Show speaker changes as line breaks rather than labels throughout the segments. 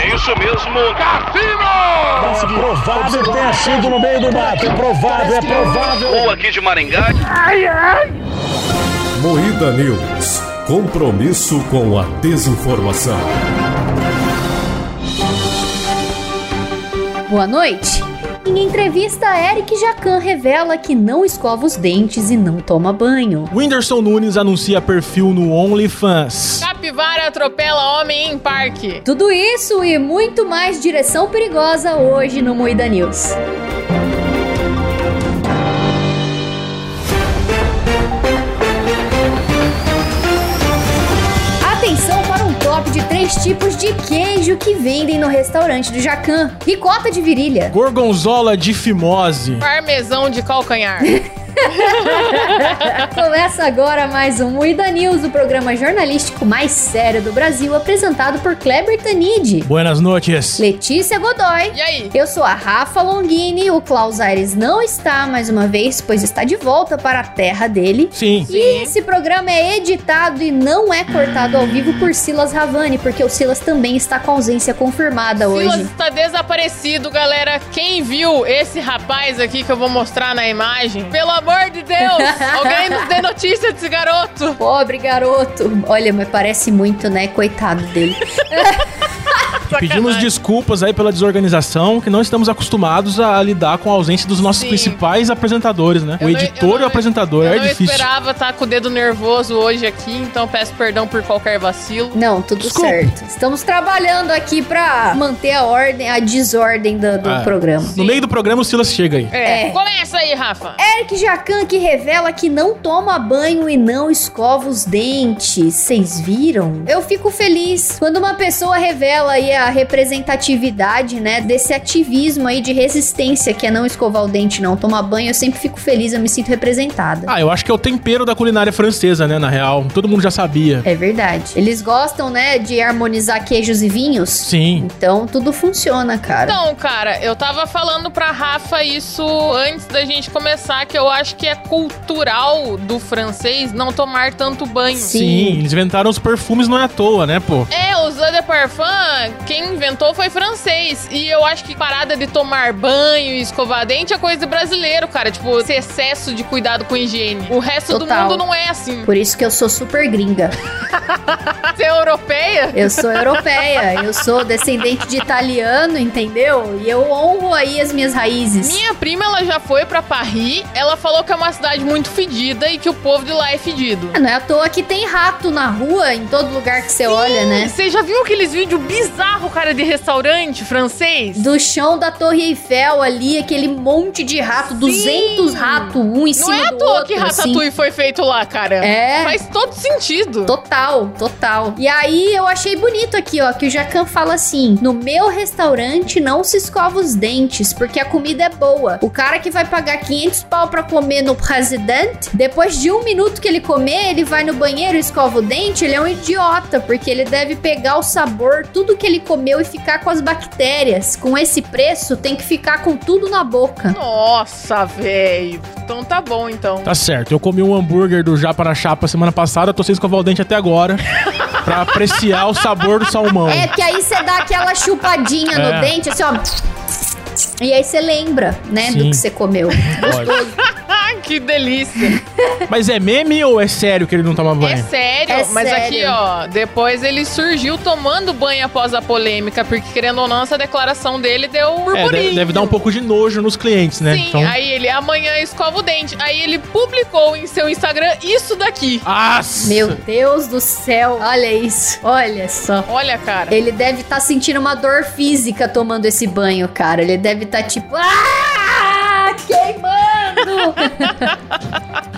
É isso mesmo, Cassino!
É provável que tenha sido no meio do mato. É provável, é provável.
Ou aqui de Maringá.
Moída News. Compromisso com a desinformação.
Boa noite. Em entrevista, Eric Jacan revela que não escova os dentes e não toma banho.
Whindersson Nunes anuncia perfil no OnlyFans.
Capivara atropela homem em parque.
Tudo isso e muito mais direção perigosa hoje no Moída News. Atenção para um top de três tipos de queijo que vendem no restaurante do Jacan. Ricota de virilha.
Gorgonzola de fimose.
Parmesão de calcanhar.
Começa agora mais um Moída News, o programa jornalístico mais sério do Brasil, apresentado por Kleber Tanide,
Buenas noites.
Letícia Godoy.
e aí?
Eu sou a Rafa Longini, o Klaus Aires não está mais uma vez, pois está de volta para a terra dele.
Sim.
E esse programa é editado e não é cortado ao vivo por Silas Ravani, porque o Silas também está com ausência confirmada
Silas
hoje.
está desaparecido, galera. Quem viu esse rapaz aqui que eu vou mostrar na imagem? Pelo amor de Deus! alguém nos dê notícia desse garoto!
Pobre garoto. Olha, mas parece muito, né? Coitado dele.
Pedimos
Sacanagem.
desculpas aí pela desorganização, que não estamos acostumados a lidar com a ausência dos nossos
Sim.
principais apresentadores, né?
Eu
o
não-
editor
eu
e o
não-
apresentador.
eu
É
não
difícil.
esperava estar com o dedo nervoso hoje aqui, então peço perdão por qualquer vacilo.
Não, tudo
Desculpa.
certo. Estamos trabalhando aqui pra manter a ordem, a desordem do, do
Ah.
programa.
No meio do programa, o Silas chega aí.
É.
É.
Começa aí, Rafa!
Eric Jacan que revela que não toma banho e não escova os dentes. Vocês viram? Eu fico feliz quando uma pessoa revela aí a representatividade, né, desse ativismo aí de resistência que é não escovar o dente, não tomar banho. Eu sempre fico feliz, eu me sinto representada.
Ah, eu acho que é o tempero da culinária francesa, né? Na real. Todo mundo já sabia.
É verdade. Eles gostam, né, de harmonizar queijos e vinhos.
Sim.
Então tudo funciona, cara.
Então, cara, eu tava falando pra Rafa isso antes da gente começar, que eu acho que é cultural do francês não tomar tanto banho.
Sim.
Sim. eles inventaram os perfumes, não é à toa, né, pô?
É, os eau de parfum, quem inventou foi francês. E eu acho que parada de tomar banho e escovar dente é coisa de brasileiro, cara. Tipo, esse excesso de cuidado com higiene. O resto
Total.
do mundo não é assim.
Por isso que eu sou super gringa.
Você é europeia?
Eu sou europeia, eu sou descendente de italiano, entendeu? E eu honro aí as minhas raízes.
Minha prima, ela já foi pra Paris. Ela falou que é uma cidade muito fedida e que o povo de lá é fedido.
Ah, Não é à toa que tem rato na rua, em todo lugar que você olha, né?
Você já viu aqueles vídeos bizarros, cara, de restaurante francês?
Do chão da Torre Eiffel ali, aquele monte de rato, 200 ratos, um
Não
em cima
é à
do
toa
outro,
que
assim.
Ratatouille foi feito lá, cara.
É.
Faz todo sentido.
Total, total. E aí eu achei bonito aqui, ó, que o Jacan fala assim: no meu restaurante não se escova os dentes, porque a comida é boa. O cara que vai pagar 500 pau pra comer no presidente, depois de um minuto que ele comer, ele vai no banheiro, escova o dente, ele é um idiota, porque ele deve pegar o sabor, tudo que ele comeu e ficar com as bactérias. Com esse preço, tem que ficar com tudo na boca.
Nossa, velho. Então tá bom, então.
Tá certo. Eu comi um hambúrguer do Japa na Chapa semana passada, tô sem escovar o dente até agora. pra apreciar o sabor do salmão.
É, que aí você dá aquela chupadinha
É.
no dente, assim, ó. E aí você lembra, né, do
Sim.
que você comeu.
Olha.
Ah, que delícia.
Mas é meme ou é sério que ele não toma
É
banho?
sério,
É
mas aqui,
sério.
ó, depois ele surgiu tomando banho após a polêmica, porque querendo ou não, essa declaração dele deu um
É, de-
burburinho.
deve, dar um pouco de nojo nos clientes, né?
Sim, aí ele amanhã escova o dente. Aí ele publicou em seu Instagram isso daqui.
Nossa!
Meu Deus do céu, olha isso, olha só.
Olha, cara.
Ele deve estar sentindo uma dor física tomando esse banho, cara. Ele deve estar tipo, ah, queimando.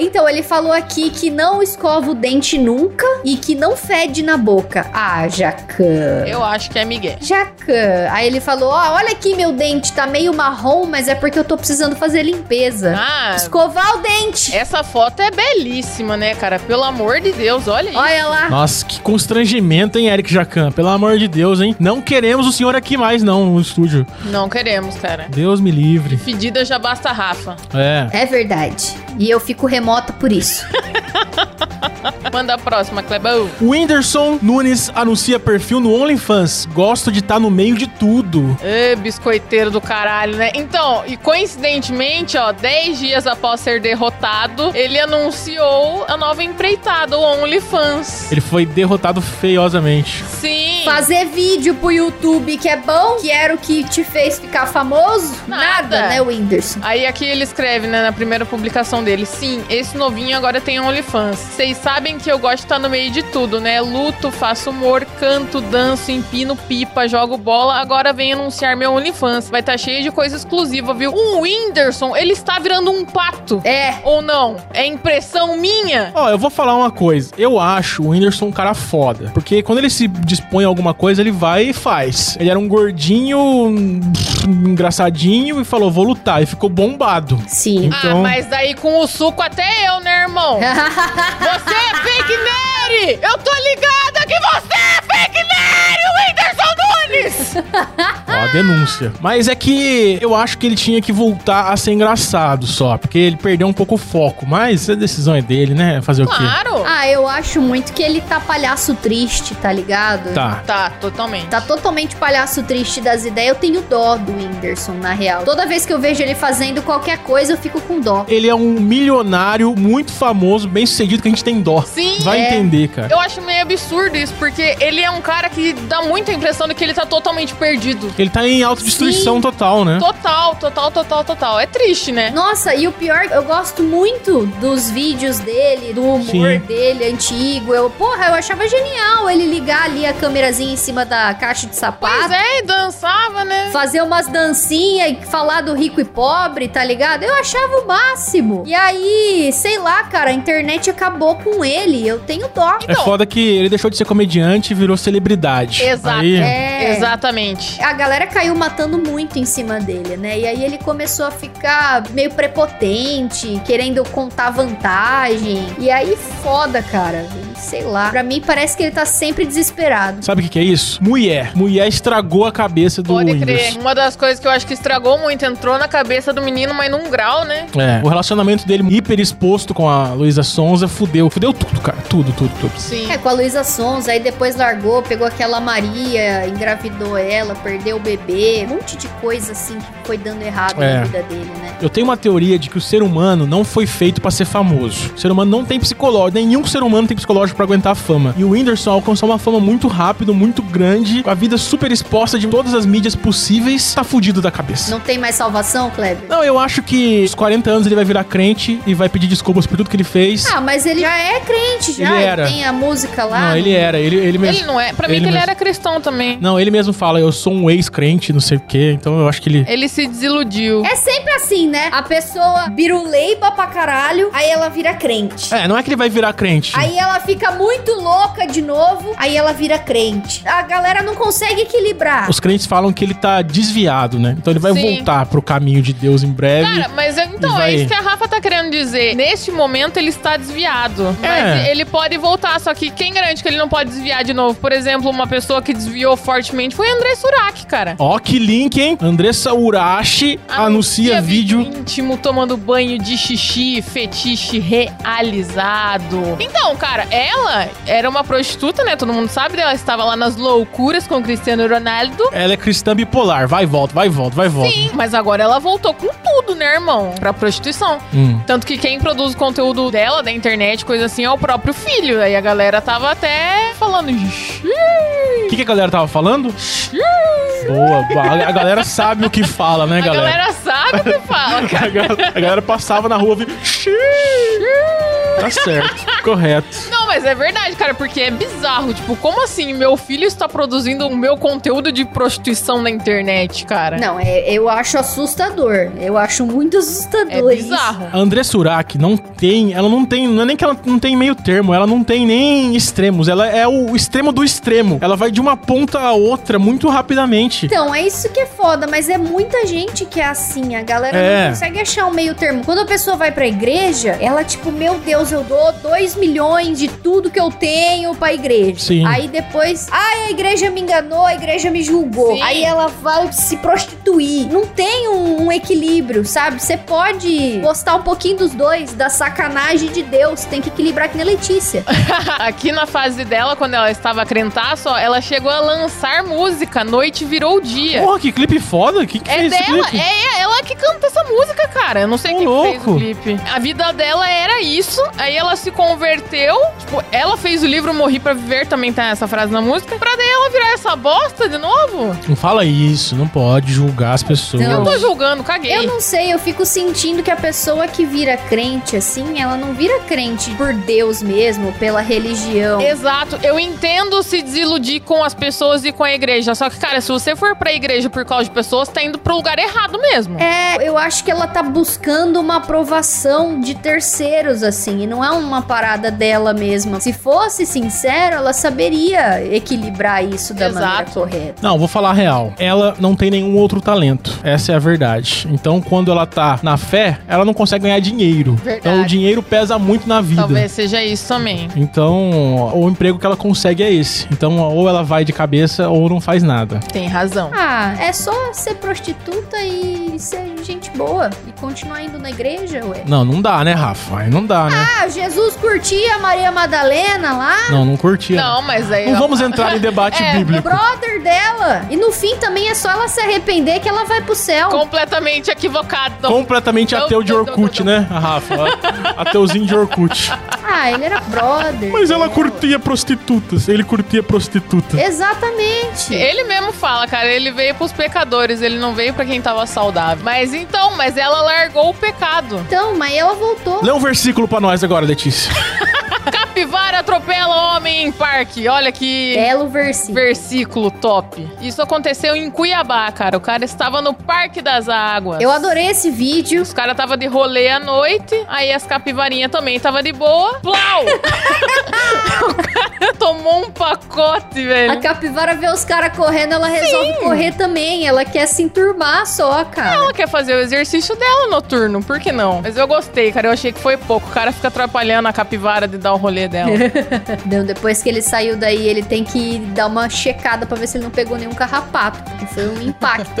então, ele falou aqui que não escova o dente nunca e que não fede na boca. Ah, Jacan.
Eu acho que é Miguel.
Jacan. Aí ele falou: Ó, olha aqui meu dente, tá meio marrom, mas é porque eu tô precisando fazer limpeza.
Ah,
Escovar o dente.
essa foto é belíssima, né, cara? Pelo amor de Deus, olha isso.
Olha lá.
Nossa, que constrangimento, hein, Eric Jacan? Pelo amor de Deus, hein? Não queremos o senhor aqui mais, não, no estúdio.
Não queremos, cara.
Deus me livre.
Fedida já basta Rafa.
É.
É verdade. E eu fico Clemota por isso.
Manda a próxima, Clebão.
Whindersson Nunes anuncia perfil no OnlyFans. Gosto de estar no meio de tudo.
Ê, biscoiteiro do caralho, né? Então, e coincidentemente, ó, 10 dias após ser derrotado, ele anunciou a nova empreitada, o OnlyFans.
Ele foi derrotado feiosamente.
Sim.
Fazer vídeo pro YouTube que é bom, que era o que te fez ficar famoso? Nada,
Nada.
né, Whindersson?
Aí aqui ele escreve, né, na primeira publicação dele. Sim, esse novinho agora tem OnlyFans. Vocês sabem que eu gosto de estar no meio de tudo, né? Luto, faço humor, canto, danço, empino pipa, jogo bola. Agora vem anunciar meu OnlyFans. Vai estar cheio de coisa exclusiva, viu? Um Whindersson, ele está virando um pato.
É.
Ou não? É impressão minha?
Ó, eu vou falar uma coisa. Eu acho o Whindersson um cara foda. Porque quando ele se dispõe a alguma coisa, ele vai e faz. Ele era um gordinho, um engraçadinho, e falou, vou lutar. E ficou bombado.
Sim.
Então-
Ah, mas daí com o suco até eu, né, irmão? Você é fake Nery! Eu tô ligada que você é fake Nery, Whindersson Nunes!
Ó, a denúncia. Mas é que eu acho que ele tinha que voltar a ser engraçado só. Porque ele perdeu um pouco o foco. Mas a decisão é dele, né? Fazer o quê?
Claro!
Ah, eu acho muito que ele tá palhaço triste, tá ligado?
Tá.
Tá, totalmente.
Tá totalmente palhaço triste das ideias. Eu tenho dó do Whindersson, na real. Toda vez que eu vejo ele fazendo qualquer coisa, eu fico com dó.
Ele é um milionário muito famoso, bem sucedido, que a gente tem dó.
Sim,
Vai
é.
entender, cara.
Eu acho meio absurdo isso, porque ele é um cara que dá muita impressão de que ele tá totalmente perdido.
Ele tá em autodestruição
Sim.
total, né?
Total, total, total, total. É triste, né?
Nossa, e o pior, eu gosto muito dos vídeos dele, do humor
Sim.
dele antigo. Eu, porra, eu achava genial ele ligar ali a câmerazinha em cima da caixa de
Pois
sapato.
é, e dançava, né?
Fazer umas dancinhas e falar do rico e pobre, tá ligado? Eu achava o máximo. E aí, sei lá, cara, a internet acabou com ele. Eu tenho dó.
É
Então.
foda que ele deixou de ser comediante e virou celebridade.
Exato.
Aí,
É.
Exatamente.
A galera caiu matando muito em cima dele, né? E aí ele começou a ficar meio prepotente, querendo contar vantagem. E aí foda, cara. Sei lá. Pra mim parece que ele tá sempre desesperado.
Sabe o que, que é isso? Mulher. Mulher estragou a
É.
cabeça do
Pode
Whindersson.
crer. Uma das coisas que eu acho que estragou muito, entrou na cabeça do menino, mas num grau, né?
É, o relacionamento dele hiper exposto com a Luísa Sonza fudeu. Fudeu tudo, cara. Tudo, tudo, tudo.
Sim.
É, com a Luísa Sons, aí depois largou, pegou aquela Maria, engravidou ela, perdeu o bebê, um monte de coisa assim que foi dando errado
É.
na vida dele, né?
Eu tenho uma teoria de que o ser humano não foi feito pra ser famoso. O ser humano não tem psicológico, nenhum ser humano tem psicológico pra aguentar a fama. E o Whindersson alcançou uma fama muito rápido, muito grande, com a vida super exposta de todas as mídias possíveis, tá fudido da cabeça.
Não tem mais salvação, Kleber?
Não, eu acho que aos 40 anos ele vai virar crente e vai pedir desculpas por tudo que ele fez.
Ah, mas ele já é crente, já.
Ele
Ele
era.
tem a música lá.
não, ele era, ele, ele mesmo.
Ele não é. Pra mim,
Ele
que ele
mesmo.
era cristão também.
Não, ele mesmo fala, eu sou um ex-crente, não sei o quê, então eu acho que ele.
Ele se desiludiu.
É sempre assim, né? A pessoa biruleiba pra caralho, aí ela vira crente.
É, não é que ele vai virar crente.
Aí ela fica muito louca de novo, aí ela vira crente. A galera não consegue equilibrar.
Os crentes falam que ele tá desviado, né? Então ele vai
Sim.
voltar pro caminho de Deus em breve.
Cara, mas eu- então,
É vai-
é isso que a Rafa tá querendo dizer. Neste momento ele está desviado. Mas
É.
ele pode voltar, só que quem garante que ele não pode desviar de novo? Por exemplo, uma pessoa que desviou fortemente foi André Surak, cara.
Ó, que link, hein? Andressa Urashi Ah, anuncia, vídeo.
um íntimo tomando banho de xixi, fetiche realizado. Então, cara, ela era uma prostituta, né? Todo mundo sabe, ela estava lá nas loucuras com o Cristiano Ronaldo.
Ela é cristã bipolar. Vai e volta, vai e volta, vai e volta.
Sim, mas agora ela voltou com tudo, né, irmão? Pra prostituição.
Hum.
Tanto que quem produz o conteúdo dela, da internet, coisa assim, é o próprio filho. Aí a galera tava até falando. "Ixi,
O que, que a galera tava falando? Boa, boa. A galera sabe o que fala, né,
A galera,
galera?
sabe o que fala, cara.
A galera, a galera passava na rua e Tá certo, correto.
Não, mas é verdade, cara, porque é bizarro. Tipo, como assim meu filho está produzindo o meu conteúdo de prostituição na internet, cara?
Não, é- eu acho assustador. Eu acho muito
É
assustador
bizarro.
A Andressa Surak não tem, ela não tem, não é nem que ela não tem meio termo, ela não tem nem extremos, ela é o extremo do extremo. Ela vai de uma ponta a outra muito rapidamente.
Então, é isso que é foda, mas é muita gente que é assim. A galera
É.
não consegue achar um meio termo. Quando a pessoa vai pra igreja, ela, tipo, meu Deus, eu dou 2 milhões de tudo que eu tenho pra igreja.
Sim.
Aí depois, ai, a igreja me enganou, a igreja me julgou.
Sim.
Aí ela vai se prostituir. Não tem um, um equilíbrio, sabe? Você pode gostar um pouquinho dos dois, da sacanagem de Deus. Tem que equilibrar que nem Letícia.
Aqui na fase dela, quando ela estava crentaço, ó, ela chegou a lançar música. Noite virou dia.
Porra, que clipe foda. Que que
É
fez esse
dela,
clipe?
é, é ela que canta essa música, cara. Eu não sei
Ô,
quem que fez o
louco.
clipe. A vida dela era isso, aí ela se converteu. Tipo, ela fez o livro Morri pra Viver, também tá essa frase na música. Pra daí ela virar essa bosta de novo.
Não fala isso, não pode julgar as pessoas.
Não.
Eu tô julgando, caguei.
Eu não sei, eu fico sentindo que a pessoa que vira crente assim, ela não vira crente por Deus mesmo, pela religião.
Exato, eu entendo se desiludir com as pessoas e com a igreja. Só que, cara, se você for pra igreja por causa de pessoas, tá indo pro lugar errado mesmo.
É, eu acho que ela tá buscando uma aprovação de terceiros, assim, e não é uma parada dela mesma. Se fosse sincero, ela saberia equilibrar isso da maneira
Exato.
correta.
Não, vou falar a real. Ela não tem nenhum outro talento. Essa é a verdade. Então, quando ela tá na fé, ela não consegue ganhar dinheiro.
Verdade.
Então, o dinheiro pesa muito na vida.
Talvez seja isso também.
Então, o emprego que ela consegue é esse. Então, ou ela vai de cabeça ou não faz nada.
Tem razão.
Ah, é só ser prostituta e ser gente boa e continuar indo na igreja, ué.
Não, não dá, né, Rafa? Aí não dá, né?
Ah, Jesus curtia a Maria Madalena lá,
Não, não curtia.
Não, mas aí.
Não vamos entrar em debate
É,
bíblico.
brother dela. E no fim também é só ela se arrepender que ela vai pro céu.
Completamente equivocado.
Completamente
Não,
ateu de
não, não,
Orkut,
não,
né, a Rafa? Ateuzinho de Orkut.
Ah, ele era brother.
Mas ela
dela.
curtia prostitutas. Ele curtia prostitutas.
Exatamente.
Ele mesmo fala, cara, ele veio pros pecadores, ele não veio pra quem tava saudável. Mas então, mas ela largou o pecado.
Então, mas ela voltou.
Lê um versículo pra nós agora, Letícia.
Capivara atropela homem em parque. Olha que
Belo versículo.
versículo top. Isso aconteceu em Cuiabá, cara. O cara estava no Parque das Águas.
Eu adorei esse vídeo.
Os caras tava de rolê à noite, aí as capivarinhas também tava de boa. Plau! o cara tomou um pacote,
A
velho.
capivara vê os caras correndo, ela resolve correr também. Ela quer se enturmar só, cara.
Ela quer fazer o exercício dela noturno, por que não? Mas eu gostei, cara. Eu achei que foi pouco. O cara fica atrapalhando a capivara de dar o rolê dela.
Não, depois que ele saiu daí, ele tem que dar uma checada pra ver se ele não pegou nenhum carrapato. Porque foi um impacto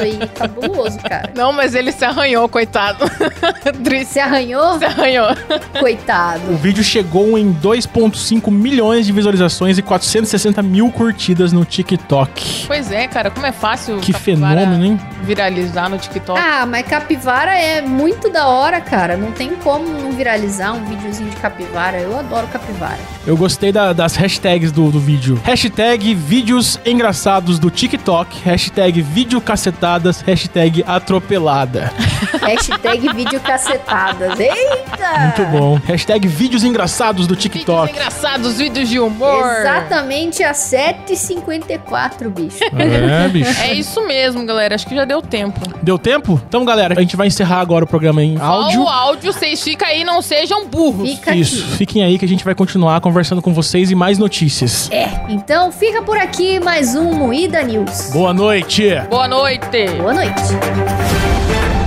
aí cabuloso, cara.
não, mas ele se arranhou, coitado. Triste.
Se arranhou?
Se arranhou.
O
Coitado.
vídeo chegou em 2,5 milhões de visualizações e 460 mil curtidas no TikTok.
Pois é, cara, como é fácil
Que
capivara
fenômeno, né? hein?
viralizar no TikTok.
Ah, mas capivara é muito da hora, cara. Não tem como não viralizar um videozinho de capivara. Eu adoro capivara.
Eu gostei da- das hashtags do, do vídeo. Hashtag vídeos engraçados do TikTok. Hashtag vídeo cacetadas. Hashtag atropelada.
Hashtag vídeo cacetadas. Eita!
Muito bom. Hashtag vídeos engraçados do
Vídeos
TikTok.
engraçados, vídeos de humor.
Exatamente às 7h54, bicho.
É, bicho.
É isso mesmo, galera. Acho que já deu tempo.
Deu tempo? Então, galera, a gente vai encerrar agora o programa em áudio.
Ó, O áudio, vocês ficam aí, não sejam burros.
Fica
Isso,
aqui.
fiquem aí que a gente vai continuar conversando com vocês e mais notícias.
É, então fica por aqui mais um Moída News.
Boa noite!
Boa noite.
Boa noite.